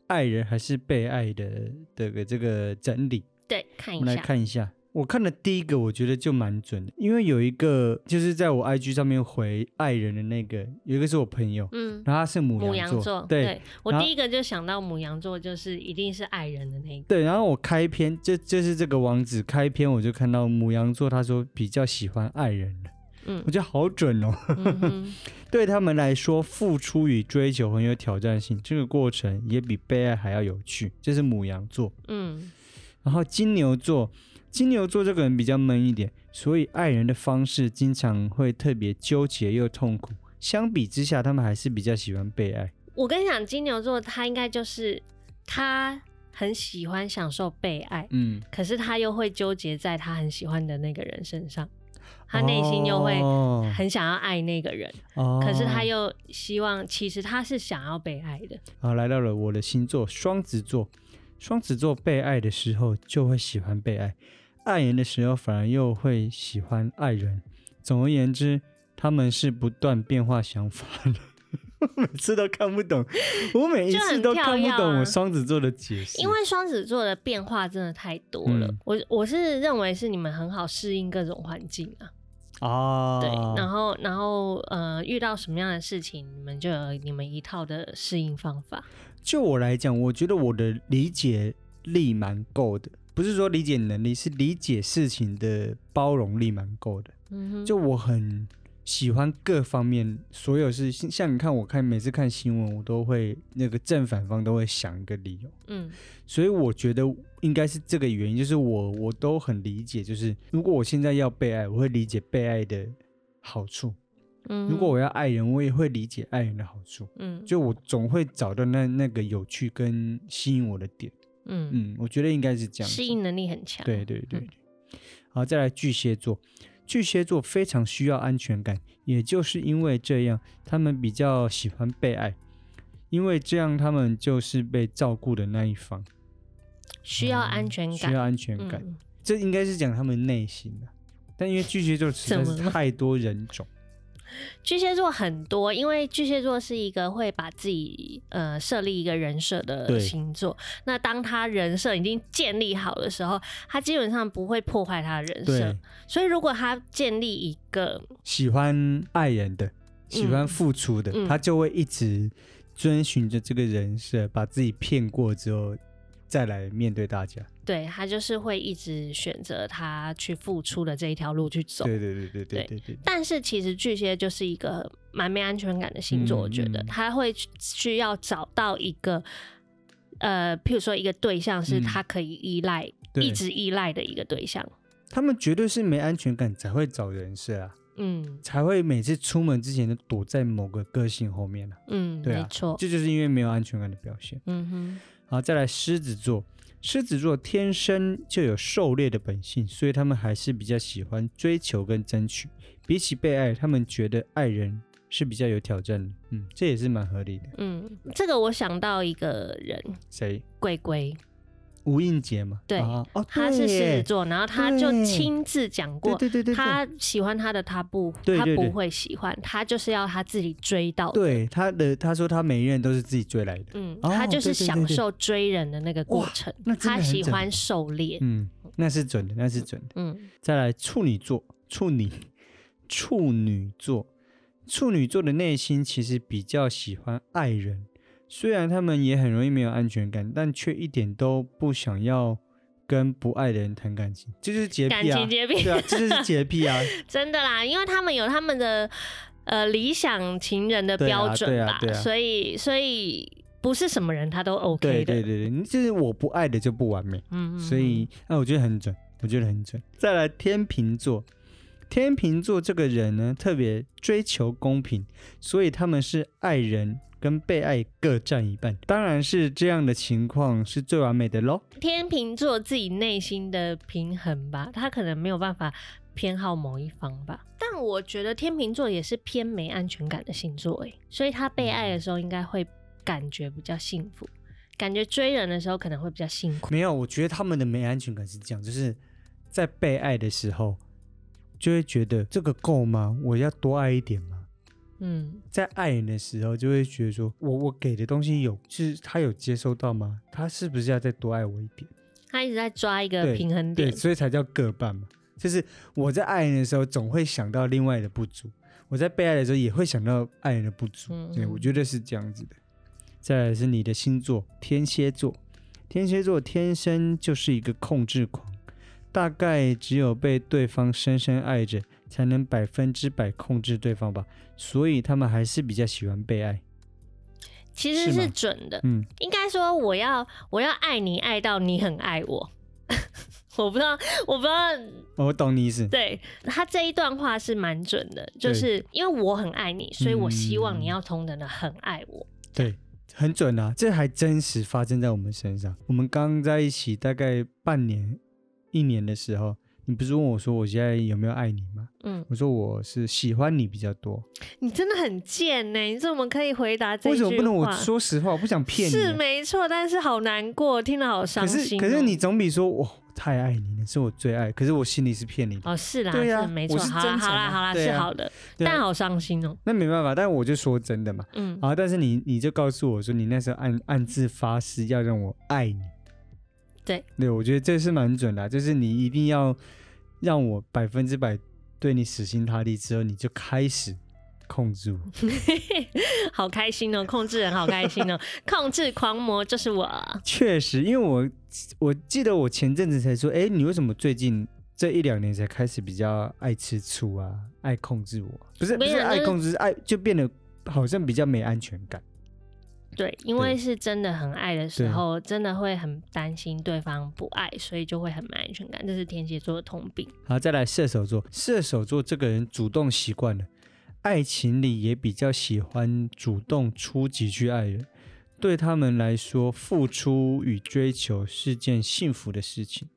Speaker 1: 爱人还是被爱的这个这个整理，
Speaker 2: 对看
Speaker 1: 我
Speaker 2: 一
Speaker 1: 们来
Speaker 2: 下，
Speaker 1: 看一下。我看的第一个，我觉得就蛮准的，因为有一个就是在我 IG 上面回爱人的那个，有一个是我朋友，
Speaker 2: 嗯。
Speaker 1: 然后他是母
Speaker 2: 母
Speaker 1: 羊
Speaker 2: 羊
Speaker 1: 座，
Speaker 2: 座，
Speaker 1: 对
Speaker 2: 我
Speaker 1: 然后
Speaker 2: 第一个就想到母羊座，就是一定是爱人的那一个。
Speaker 1: 对，然后我开篇就就是这个网址开篇，我就看到母羊座，他说比较喜欢爱人了
Speaker 2: 嗯
Speaker 1: 我觉得好准哦。
Speaker 2: 嗯哼，
Speaker 1: 对他们来说，付出与追求很有挑战性，这个过程也比被爱还要有趣。这是母羊座，
Speaker 2: 嗯，
Speaker 1: 然后金牛座，金牛座这个人比较闷一点，所以爱人的方式经常会特别纠结又痛苦。相比之下，他们还是比较喜欢被爱。
Speaker 2: 我跟你讲，金牛座他应该就是他很喜欢享受被爱，
Speaker 1: 嗯，
Speaker 2: 可是他又会纠结在他很喜欢的那个人身上，他内心又会
Speaker 1: 哦
Speaker 2: 很想要爱那个人，
Speaker 1: 哦
Speaker 2: 可是他又希望其实他是想要被爱的。
Speaker 1: 好，啊来到了我的星座双子座。双子座被爱的时候就会喜欢被爱，爱人的时候反而又会喜欢爱人。总而言之，他们是不断变化想法的。 我每次都看不懂，我每一
Speaker 2: 就
Speaker 1: 次
Speaker 2: 很
Speaker 1: 都
Speaker 2: 跳
Speaker 1: 看不
Speaker 2: 跃
Speaker 1: 懂
Speaker 2: 啊
Speaker 1: 我双子座的解释。
Speaker 2: 因为双子座的变化真的太多了，
Speaker 1: 嗯
Speaker 2: 我我是认为是你们很好适应各种环境啊，
Speaker 1: 啊，
Speaker 2: 对，然后然后呃遇到什么样的事情，你们就有你们一套的适应方法。
Speaker 1: 就我来讲，我觉得我的理解力蛮够的，不是说理解能力，是理解事情的包容力蛮够的。
Speaker 2: 嗯哼，
Speaker 1: 就我很喜欢各方面所有事情，像你看，我看每次看新闻，我都会那个正反方都会想一个理由，
Speaker 2: 嗯
Speaker 1: 所以我觉得应该是这个原因，就是我我都很理解，就是如果我现在要被爱，我会理解被爱的好处，
Speaker 2: 嗯哼，
Speaker 1: 如果我要爱人，我也会理解爱人的好处，
Speaker 2: 嗯
Speaker 1: 就我总会找到那那个有趣跟吸引我的点。
Speaker 2: 嗯
Speaker 1: 嗯，我觉得应该是这样子。
Speaker 2: 适应能力很强，
Speaker 1: 对对对对。好，再来巨蟹座，巨蟹座非常需要安全感，也就是因为这样，他们比较喜欢被爱，因为这样他们就是被照顾的那一方，嗯
Speaker 2: 需要安全感，
Speaker 1: 需要安全感。
Speaker 2: 嗯
Speaker 1: 这应该是讲他们内心的、但因为巨蟹座实在
Speaker 2: 怎么
Speaker 1: 是
Speaker 2: 了
Speaker 1: 太多人种，
Speaker 2: 巨蟹座很多，因为巨蟹座是一个会把自己呃设立一个人设的
Speaker 1: 对
Speaker 2: 星座。那当他人设已经建立好的时候，他基本上不会破坏他的人设
Speaker 1: 对。，
Speaker 2: 所以如果他建立一个
Speaker 1: 喜欢爱人的，喜欢付出的，
Speaker 2: 嗯
Speaker 1: 他就会一直遵循着这个人设，把自己骗过之后，再来面对大家。
Speaker 2: 对他就是会一直选择他去付出的这一条路去走。
Speaker 1: 对对对对对
Speaker 2: 对
Speaker 1: 对对。
Speaker 2: 但是其实巨蟹就是一个蛮没安全感的星座，
Speaker 1: 嗯
Speaker 2: 我觉得
Speaker 1: 嗯
Speaker 2: 他会去需要找到一个呃，譬如说一个对象是
Speaker 1: 嗯
Speaker 2: 他可以依赖、
Speaker 1: 对
Speaker 2: 一直依赖的一个对象。
Speaker 1: 他们绝对是没安全感才会找人设啊，
Speaker 2: 嗯
Speaker 1: 才会每次出门之前都躲在某个个性后面啊。
Speaker 2: 嗯，
Speaker 1: 对啊
Speaker 2: 没错。
Speaker 1: 这就是因为没有安全感的表现。
Speaker 2: 嗯哼，
Speaker 1: 好，再来狮子座，狮子座天生就有狩猎的本性，所以他们还是比较喜欢追求跟争取。比起被爱，他们觉得爱人是比较有挑战的。嗯，这也是蛮合理的。
Speaker 2: 嗯，这个我想到一个人，
Speaker 1: 谁？
Speaker 2: 龟龟，
Speaker 1: 吴映洁嘛？
Speaker 2: 对
Speaker 1: 啊、哦，
Speaker 2: 他是
Speaker 1: 对
Speaker 2: 狮子
Speaker 1: 耶，
Speaker 2: 座，然后他就
Speaker 1: 对
Speaker 2: 亲自讲
Speaker 1: 对
Speaker 2: 过。
Speaker 1: 对对对对，
Speaker 2: 他喜欢他的，他不，
Speaker 1: 对
Speaker 2: 他
Speaker 1: 对对
Speaker 2: 不会喜欢，他就是要他自己追到的。
Speaker 1: 对他的他说他每一任都是自己追来的。
Speaker 2: 嗯，
Speaker 1: 哦
Speaker 2: 他就是
Speaker 1: 对对对
Speaker 2: 享
Speaker 1: 对
Speaker 2: 受追人的那个过程，
Speaker 1: 那真的
Speaker 2: 他
Speaker 1: 很
Speaker 2: 喜
Speaker 1: 准
Speaker 2: 欢狩猎。
Speaker 1: 嗯，那是准的，那是准的。
Speaker 2: 嗯
Speaker 1: 再来处女座，处女，处女座，处女座的内心其实比较喜欢爱人，虽然他们也很容易没有安全感，但却一点都不想要跟不爱的人谈感情，这就是洁癖
Speaker 2: 感
Speaker 1: 啊
Speaker 2: 情，洁癖
Speaker 1: 对啊，这就是洁癖 啊，
Speaker 2: 真的啦，因为他们有他们的呃理想情人的
Speaker 1: 对啊
Speaker 2: 标准
Speaker 1: 对
Speaker 2: 吧，
Speaker 1: 啊对啊
Speaker 2: 所以所以不是什么人他都 OK
Speaker 1: 对
Speaker 2: 的。
Speaker 1: 对对对，你就是我不爱的就不完美，
Speaker 2: 嗯，嗯
Speaker 1: 所以啊，我觉得很准，我觉得很准。再来天秤座，天秤座这个人呢，特别追求公平，所以他们是爱人跟被爱各占一半。当然是这样的情况是最完美的喽。
Speaker 2: 嗯天秤座自己内心的平衡吧，他可能没有办法偏好某一方吧。但我觉得天秤座也是偏没安全感的星座诶，所以他被爱
Speaker 1: 嗯
Speaker 2: 的时候应该会感觉比较幸福，感觉追人的时候可能会比较辛苦。
Speaker 1: 没有，我觉得他们的没安全感是这样，就是在被爱的时候，就会觉得这个够吗？我要多爱一点吗？
Speaker 2: 嗯，
Speaker 1: 在爱人的时候，就会觉得说我我给的东西有，是他有接收到吗？他是不是要再多爱我一点？
Speaker 2: 他一直在抓一个
Speaker 1: 对
Speaker 2: 平衡
Speaker 1: 对，
Speaker 2: 点。
Speaker 1: 所以才叫各半嘛。就是我在爱人的时候，总会想到另外的不足；我在被爱的时候，也会想到爱人的不足。
Speaker 2: 嗯
Speaker 1: 对，我觉得是这样子的。再来是你的星座天蝎座，天蝎座天生就是一个控制狂，大概只有被对方深深爱着，才能百分之百控制对方吧。所以他们还是比较喜欢被爱。
Speaker 2: 其实
Speaker 1: 是
Speaker 2: 是
Speaker 1: 吗
Speaker 2: 准的。
Speaker 1: 嗯，
Speaker 2: 应该说，我要我要爱你，爱到你很爱我。 我不知道，我不知道，
Speaker 1: 哦我懂你意思。
Speaker 2: 对他这一段话是蛮准的，就是因为我很爱你，所以我希望
Speaker 1: 嗯
Speaker 2: 你要同等的很爱我。
Speaker 1: 对，很准啊，这还真实发生在我们身上。我们刚在一起大概半年、一年的时候，你不是问我说我现在有没有爱你吗？
Speaker 2: 嗯，
Speaker 1: 我说我是喜欢你比较多。
Speaker 2: 你真的很贱呢、你怎么可以回答这
Speaker 1: 为
Speaker 2: 一句
Speaker 1: 什
Speaker 2: 话？
Speaker 1: 么不能我说实话？我不想骗你
Speaker 2: 是
Speaker 1: 啊、
Speaker 2: 没错，但是好难过，听了好伤
Speaker 1: 可
Speaker 2: 心
Speaker 1: 是
Speaker 2: 哦、
Speaker 1: 可是你总比说我太爱你了，是我最爱，可是我心里是骗你的。
Speaker 2: 哦，是啦，
Speaker 1: 对啊
Speaker 2: 是没错，
Speaker 1: 我是
Speaker 2: 好啦，
Speaker 1: 真诚
Speaker 2: 好啦，
Speaker 1: 啊
Speaker 2: 好啦，
Speaker 1: 对
Speaker 2: 是
Speaker 1: 啊
Speaker 2: 好的，
Speaker 1: 对啊
Speaker 2: 但好伤心哦、
Speaker 1: 那没办法，但我就说真的嘛。
Speaker 2: 嗯，
Speaker 1: 啊！但是你你就告诉我说，你那时候暗暗自发誓要让我爱你。
Speaker 2: 对，
Speaker 1: 对我觉得这是蛮准的啊、就是你一定要让我百分之百对你死心塌地之后，你就开始控 制我。
Speaker 2: 好开心哦、控制人好开心 哦、控制狂魔就是我。
Speaker 1: 确实，因为我我记得我前阵子才说，哎，你为什么最近这一两年才开始比较爱吃醋啊，爱控制我啊？不是不
Speaker 2: 没有
Speaker 1: 是爱
Speaker 2: 就是
Speaker 1: 控制，是爱就变得好像比较没安全感。
Speaker 2: 对，因为是真的很爱的时
Speaker 1: 对
Speaker 2: 候，真的会很担心对方不爱，所以就会很没安全感。这是天蝎座的通病。
Speaker 1: 好，再来射手座。射手座这个人主动习惯了，爱情里也比较喜欢主动出击去爱人，对他们来说，付出与追求是件幸福的事情。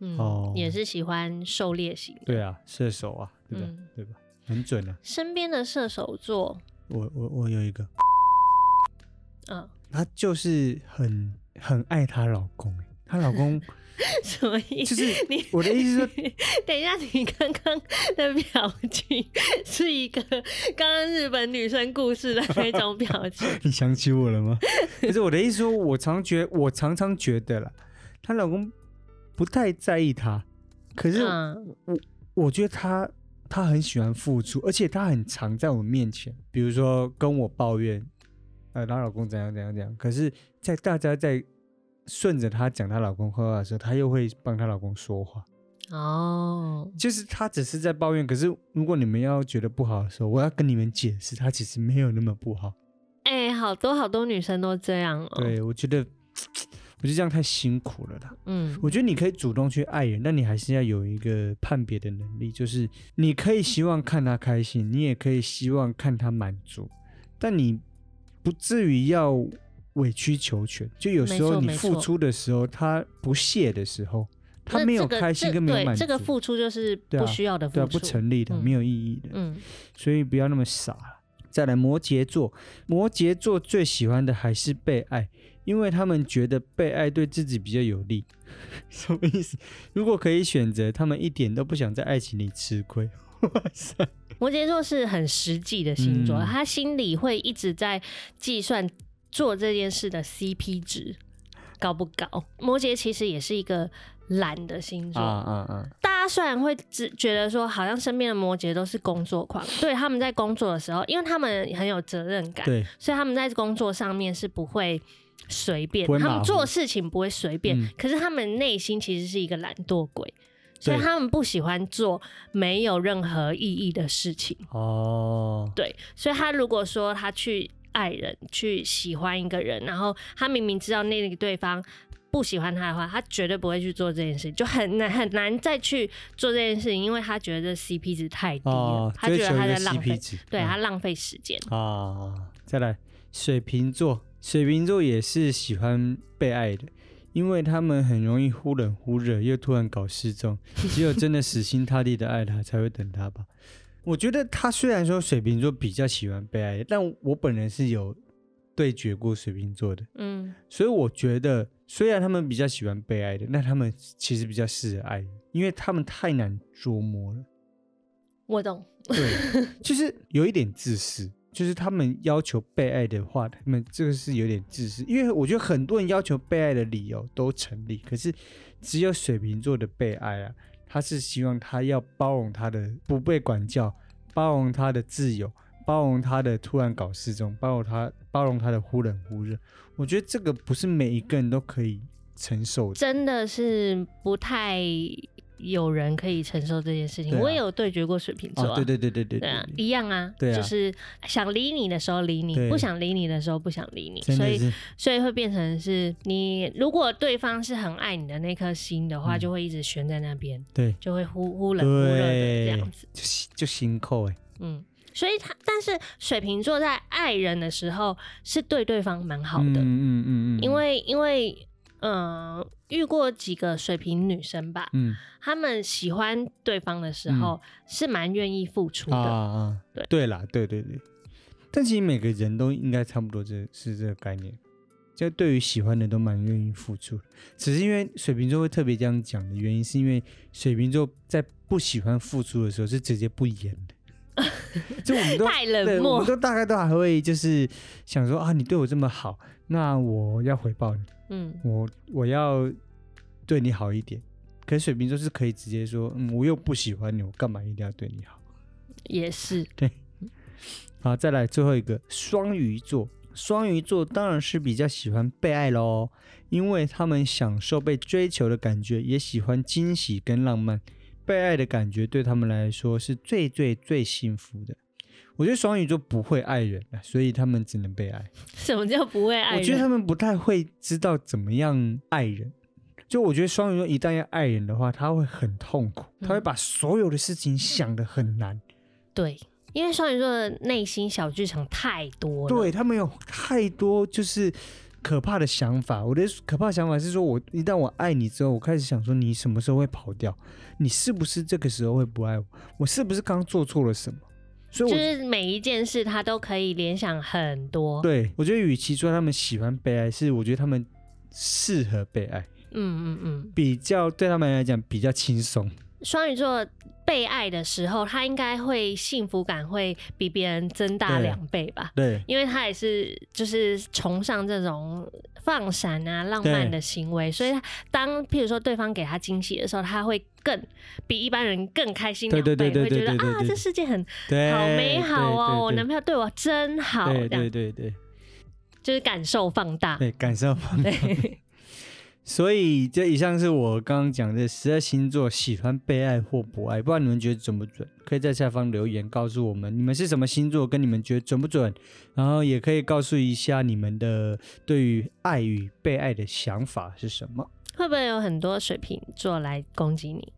Speaker 2: 嗯，
Speaker 1: 哦
Speaker 2: 也是喜欢狩猎型的。
Speaker 1: 对啊，射手啊，对不对？
Speaker 2: 嗯
Speaker 1: 对吧？很准啊！
Speaker 2: 身边的射手座，
Speaker 1: 我我我有一个，
Speaker 2: 嗯，
Speaker 1: 她就是很很爱她老公、欸，她老公
Speaker 2: 什么意
Speaker 1: 就
Speaker 2: 思？
Speaker 1: 是
Speaker 2: 你
Speaker 1: 我的意思是说，
Speaker 2: 等一下，你刚刚的表情 是一个刚刚日本女生故事的那种表 情。
Speaker 1: 你想起我了吗？可是我的意思说，我常觉我常常觉得啦，她老公不太在意她，可是
Speaker 2: 嗯
Speaker 1: 我觉得她她很喜欢付出，而且她很常在我面前，比如说跟我抱怨，呃，她老公怎样怎样怎样，可是，在大家在顺着她讲她老公坏话的时候，她又会帮她老公说话。
Speaker 2: 哦，
Speaker 1: 就是她只是在抱怨，可是如果你们要觉得不好的时候，我要跟你们解释，她其实没有那么不好。
Speaker 2: 哎、好多好多女生都这样哦。，
Speaker 1: 对，我觉得，我觉得这样太辛苦了啦。
Speaker 2: 嗯
Speaker 1: 我觉得你可以主动去爱人，但你还是要有一个判别的能力，就是你可以希望看他开心，你也可以希望看他满足，但你不至于要委曲求全。就有时
Speaker 2: 没
Speaker 1: 候
Speaker 2: 错
Speaker 1: 你
Speaker 2: 没
Speaker 1: 付
Speaker 2: 错
Speaker 1: 出的时候，他不屑的时候，他
Speaker 2: 那
Speaker 1: 没
Speaker 2: 这
Speaker 1: 有
Speaker 2: 个
Speaker 1: 开心
Speaker 2: 这
Speaker 1: 跟没有
Speaker 2: 对
Speaker 1: 满足，
Speaker 2: 这个付出就是
Speaker 1: 对啊
Speaker 2: 不需要的付出，
Speaker 1: 对啊，不成立的，
Speaker 2: 嗯
Speaker 1: 没有意义的。
Speaker 2: 嗯
Speaker 1: 所以不要那么傻了。再来，摩羯座，摩羯座最喜欢的还是被爱，因为他们觉得被爱对自己比较有利。 什么意思？如果可以选择，他们一点都不想在爱情里吃亏。哇塞！
Speaker 2: 摩羯座是很实际的星座，
Speaker 1: 嗯
Speaker 2: 他心里会一直在计算做这件事的 CP 值高不高。摩羯其实也是一个懒的星座，
Speaker 1: 啊啊啊！
Speaker 2: 大家虽然会只觉得说，好像身边的摩羯都是工作狂，对，他们在工作的时候，因为他们很有责任感，
Speaker 1: 对，
Speaker 2: 所以他们在工作上面是不会随便
Speaker 1: 不会，马
Speaker 2: 他
Speaker 1: 虎
Speaker 2: 们做事情不会随便，
Speaker 1: 嗯
Speaker 2: 可是他们内心其实是一个懒惰鬼，所以
Speaker 1: 对
Speaker 2: 他们不喜欢做没有任何意义的事情。
Speaker 1: 哦，
Speaker 2: 对，所以他如果说他去爱人、去喜欢一个人，然后他明明知道那个对方不喜欢他的话，他绝对不会去做这件事，就很难很难再去做这件事情，因为他觉得 CP 值太低了，
Speaker 1: 哦，
Speaker 2: 他
Speaker 1: 追
Speaker 2: 觉
Speaker 1: 求
Speaker 2: 得
Speaker 1: 一
Speaker 2: 他
Speaker 1: 个
Speaker 2: 在浪
Speaker 1: CP
Speaker 2: 费，
Speaker 1: 值，
Speaker 2: 对
Speaker 1: 嗯
Speaker 2: 他浪费时间。
Speaker 1: 啊，再来水瓶座，水瓶座也是喜欢被爱的，因为他们很容易忽冷忽热，又突然搞失踪。只有真的死心塌地的爱他，才会等他吧。我觉得他虽然说水瓶座比较喜欢被爱，但我本人是有对决过水瓶座的，
Speaker 2: 嗯，
Speaker 1: 所以我觉得虽然他们比较喜欢被爱的，那他们其实比较适合爱人，因为他们太难捉摸了。
Speaker 2: 我懂。
Speaker 1: 对，就是有一点自私，就是他们要求被爱的话，他们这个是有点自私，因为我觉得很多人要求被爱的理由都成立，可是只有水瓶座的被爱啊，他是希望他要包容他的不被管教，包容他的自由。包容他的突然搞失踪，包容他包容他的忽冷忽热，我觉得这个不是每一个人都可以承受的。
Speaker 2: 真的是不太有人可以承受这件事情。
Speaker 1: 对啊
Speaker 2: 我也有对决过水瓶座、啊
Speaker 1: 哦，对对对对对
Speaker 2: 对啊，
Speaker 1: 对，
Speaker 2: 一样啊，
Speaker 1: 对啊
Speaker 2: 就是想理你的时候理你，
Speaker 1: 对
Speaker 2: 不想理你的时候不想理你，
Speaker 1: 真
Speaker 2: 所
Speaker 1: 的
Speaker 2: 以
Speaker 1: 是
Speaker 2: 所以会变成是你如果对方是很爱你的那颗心的话，
Speaker 1: 嗯
Speaker 2: 就会一直悬在那边，
Speaker 1: 对
Speaker 2: 就会忽忽冷忽热的
Speaker 1: 对
Speaker 2: 这样子，，
Speaker 1: 就心就心扣哎，
Speaker 2: 嗯。所以他，但是水瓶座在爱人的时候是对对方蛮好的，
Speaker 1: 嗯嗯嗯嗯，
Speaker 2: 因为因为嗯、呃遇过几个水瓶女生吧，
Speaker 1: 嗯
Speaker 2: 她们喜欢对方的时候、是蛮愿意付出
Speaker 1: 啊
Speaker 2: 的，
Speaker 1: 啊，
Speaker 2: 对
Speaker 1: 对啦，对对对，但其实每个人都应该差不多这是这个概念，就对于喜欢的都蛮愿意付出的，只是因为水瓶座会特别这样讲的原因，是因为水瓶座在不喜欢付出的时候是直接不言的，就我们都
Speaker 2: 太
Speaker 1: 对，
Speaker 2: 冷
Speaker 1: 我
Speaker 2: 漠
Speaker 1: 们，都大概都还会就是想说啊，你对我这么好，那我要回报你。
Speaker 2: 嗯，
Speaker 1: 我我要对你好一点。可是水瓶座是可以直接说，嗯，我又不喜欢你，我干嘛一定要对你好？
Speaker 2: 也是，
Speaker 1: 好，再来最后一个双鱼座，双鱼座当然是比较喜欢被爱喽，因为他们享受被追求的感觉，也喜欢惊喜跟浪漫。被爱的感觉对他们来说是最最最幸福的。我觉得双鱼座不会爱人啊，所以他们只能被爱。
Speaker 2: 什么叫不会爱人？
Speaker 1: 我觉得他们不太会知道怎么样爱人。就我觉得双鱼座一旦要爱人的话，他会很痛苦，他会
Speaker 2: 嗯
Speaker 1: 把所有的事情想得很难。
Speaker 2: 对，因为双鱼座的内心小剧场太多了。
Speaker 1: 对他们有太多就是可怕的想法。我的可怕想法是说我，一旦我爱你之后，我开始想说你什么时候会跑掉？你是不是这个时候会不爱我？我是不是刚做错了什么？所以
Speaker 2: 就
Speaker 1: 我
Speaker 2: 是每一件事他都可以联想很多。
Speaker 1: 对我觉得，与其说他们喜欢被爱，是我觉得他们适合被爱，
Speaker 2: 嗯嗯嗯，
Speaker 1: 比较对他们来讲比较轻松。
Speaker 2: 双鱼座被爱的时候，他应该会幸福感会比别人增大
Speaker 1: 对
Speaker 2: 两倍吧。
Speaker 1: 对
Speaker 2: 因为他也是就是崇尚这种放闪啊、浪漫的行为，所以他当譬如说对方给他惊喜的时候，他会更比一般人更开心
Speaker 1: 对
Speaker 2: 两倍，
Speaker 1: 对对对
Speaker 2: 会
Speaker 1: 对
Speaker 2: 觉
Speaker 1: 对
Speaker 2: 得啊，
Speaker 1: 对
Speaker 2: 这世界很
Speaker 1: 对，
Speaker 2: 好美好哦，我
Speaker 1: 对
Speaker 2: 男朋友对我真好，
Speaker 1: 对
Speaker 2: 这样
Speaker 1: 对对对
Speaker 2: 就是感受放大。
Speaker 1: 对，感受方面。
Speaker 2: 对，
Speaker 1: 所以这以上是我刚刚讲的十二星座喜欢被爱或不爱，不知道你们觉得准不准？可以在下方留言告诉我们你们是什么星座，跟你们觉得准不准，然后也可以告诉一下你们的对于爱与被爱的想法是什么。
Speaker 2: 会不会有很多水瓶座来攻击你？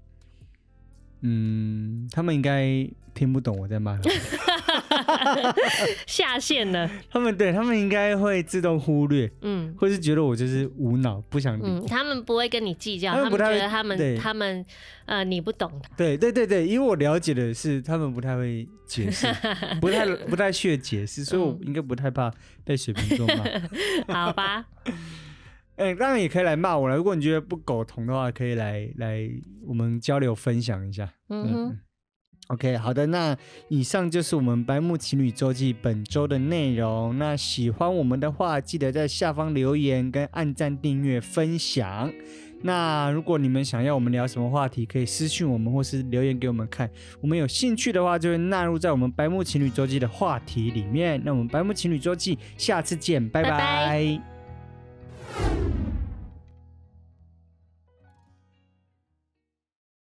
Speaker 1: 嗯，他们应该听不懂我在骂他们，
Speaker 2: 下线了，
Speaker 1: 他们对他们应该会自动忽略，
Speaker 2: 嗯。
Speaker 1: 或是觉得我就是无脑不想理。
Speaker 2: 嗯，他们不会跟你计较，
Speaker 1: 他
Speaker 2: 他
Speaker 1: 们
Speaker 2: 们
Speaker 1: 不
Speaker 2: 觉
Speaker 1: 太会
Speaker 2: 得他们
Speaker 1: 对
Speaker 2: 他们呃你不懂他，
Speaker 1: 对对对对，因为我了解的是他们不太会解释，不太不太屑解释，所以我
Speaker 2: 嗯
Speaker 1: 应该不太怕被水瓶座骂。
Speaker 2: 好吧？
Speaker 1: 哎、当然也可以来骂我了。如果你觉得不苟同的话，可以来来我们交流分享一下。
Speaker 2: 嗯
Speaker 1: 嗯
Speaker 2: 哼
Speaker 1: 嗯，OK，好的，那以上就是我们白木情侣周记本周的内容。那喜欢我们的话，记得在下方留言、跟按赞、订阅、分享。那如果你们想要我们聊什么话题，可以私信我们，或是留言给我们看。我们有兴趣的话，就会纳入在我们白木情侣周记的话题里面。那我们白木情侣周记，下次见，拜
Speaker 2: 拜
Speaker 1: 拜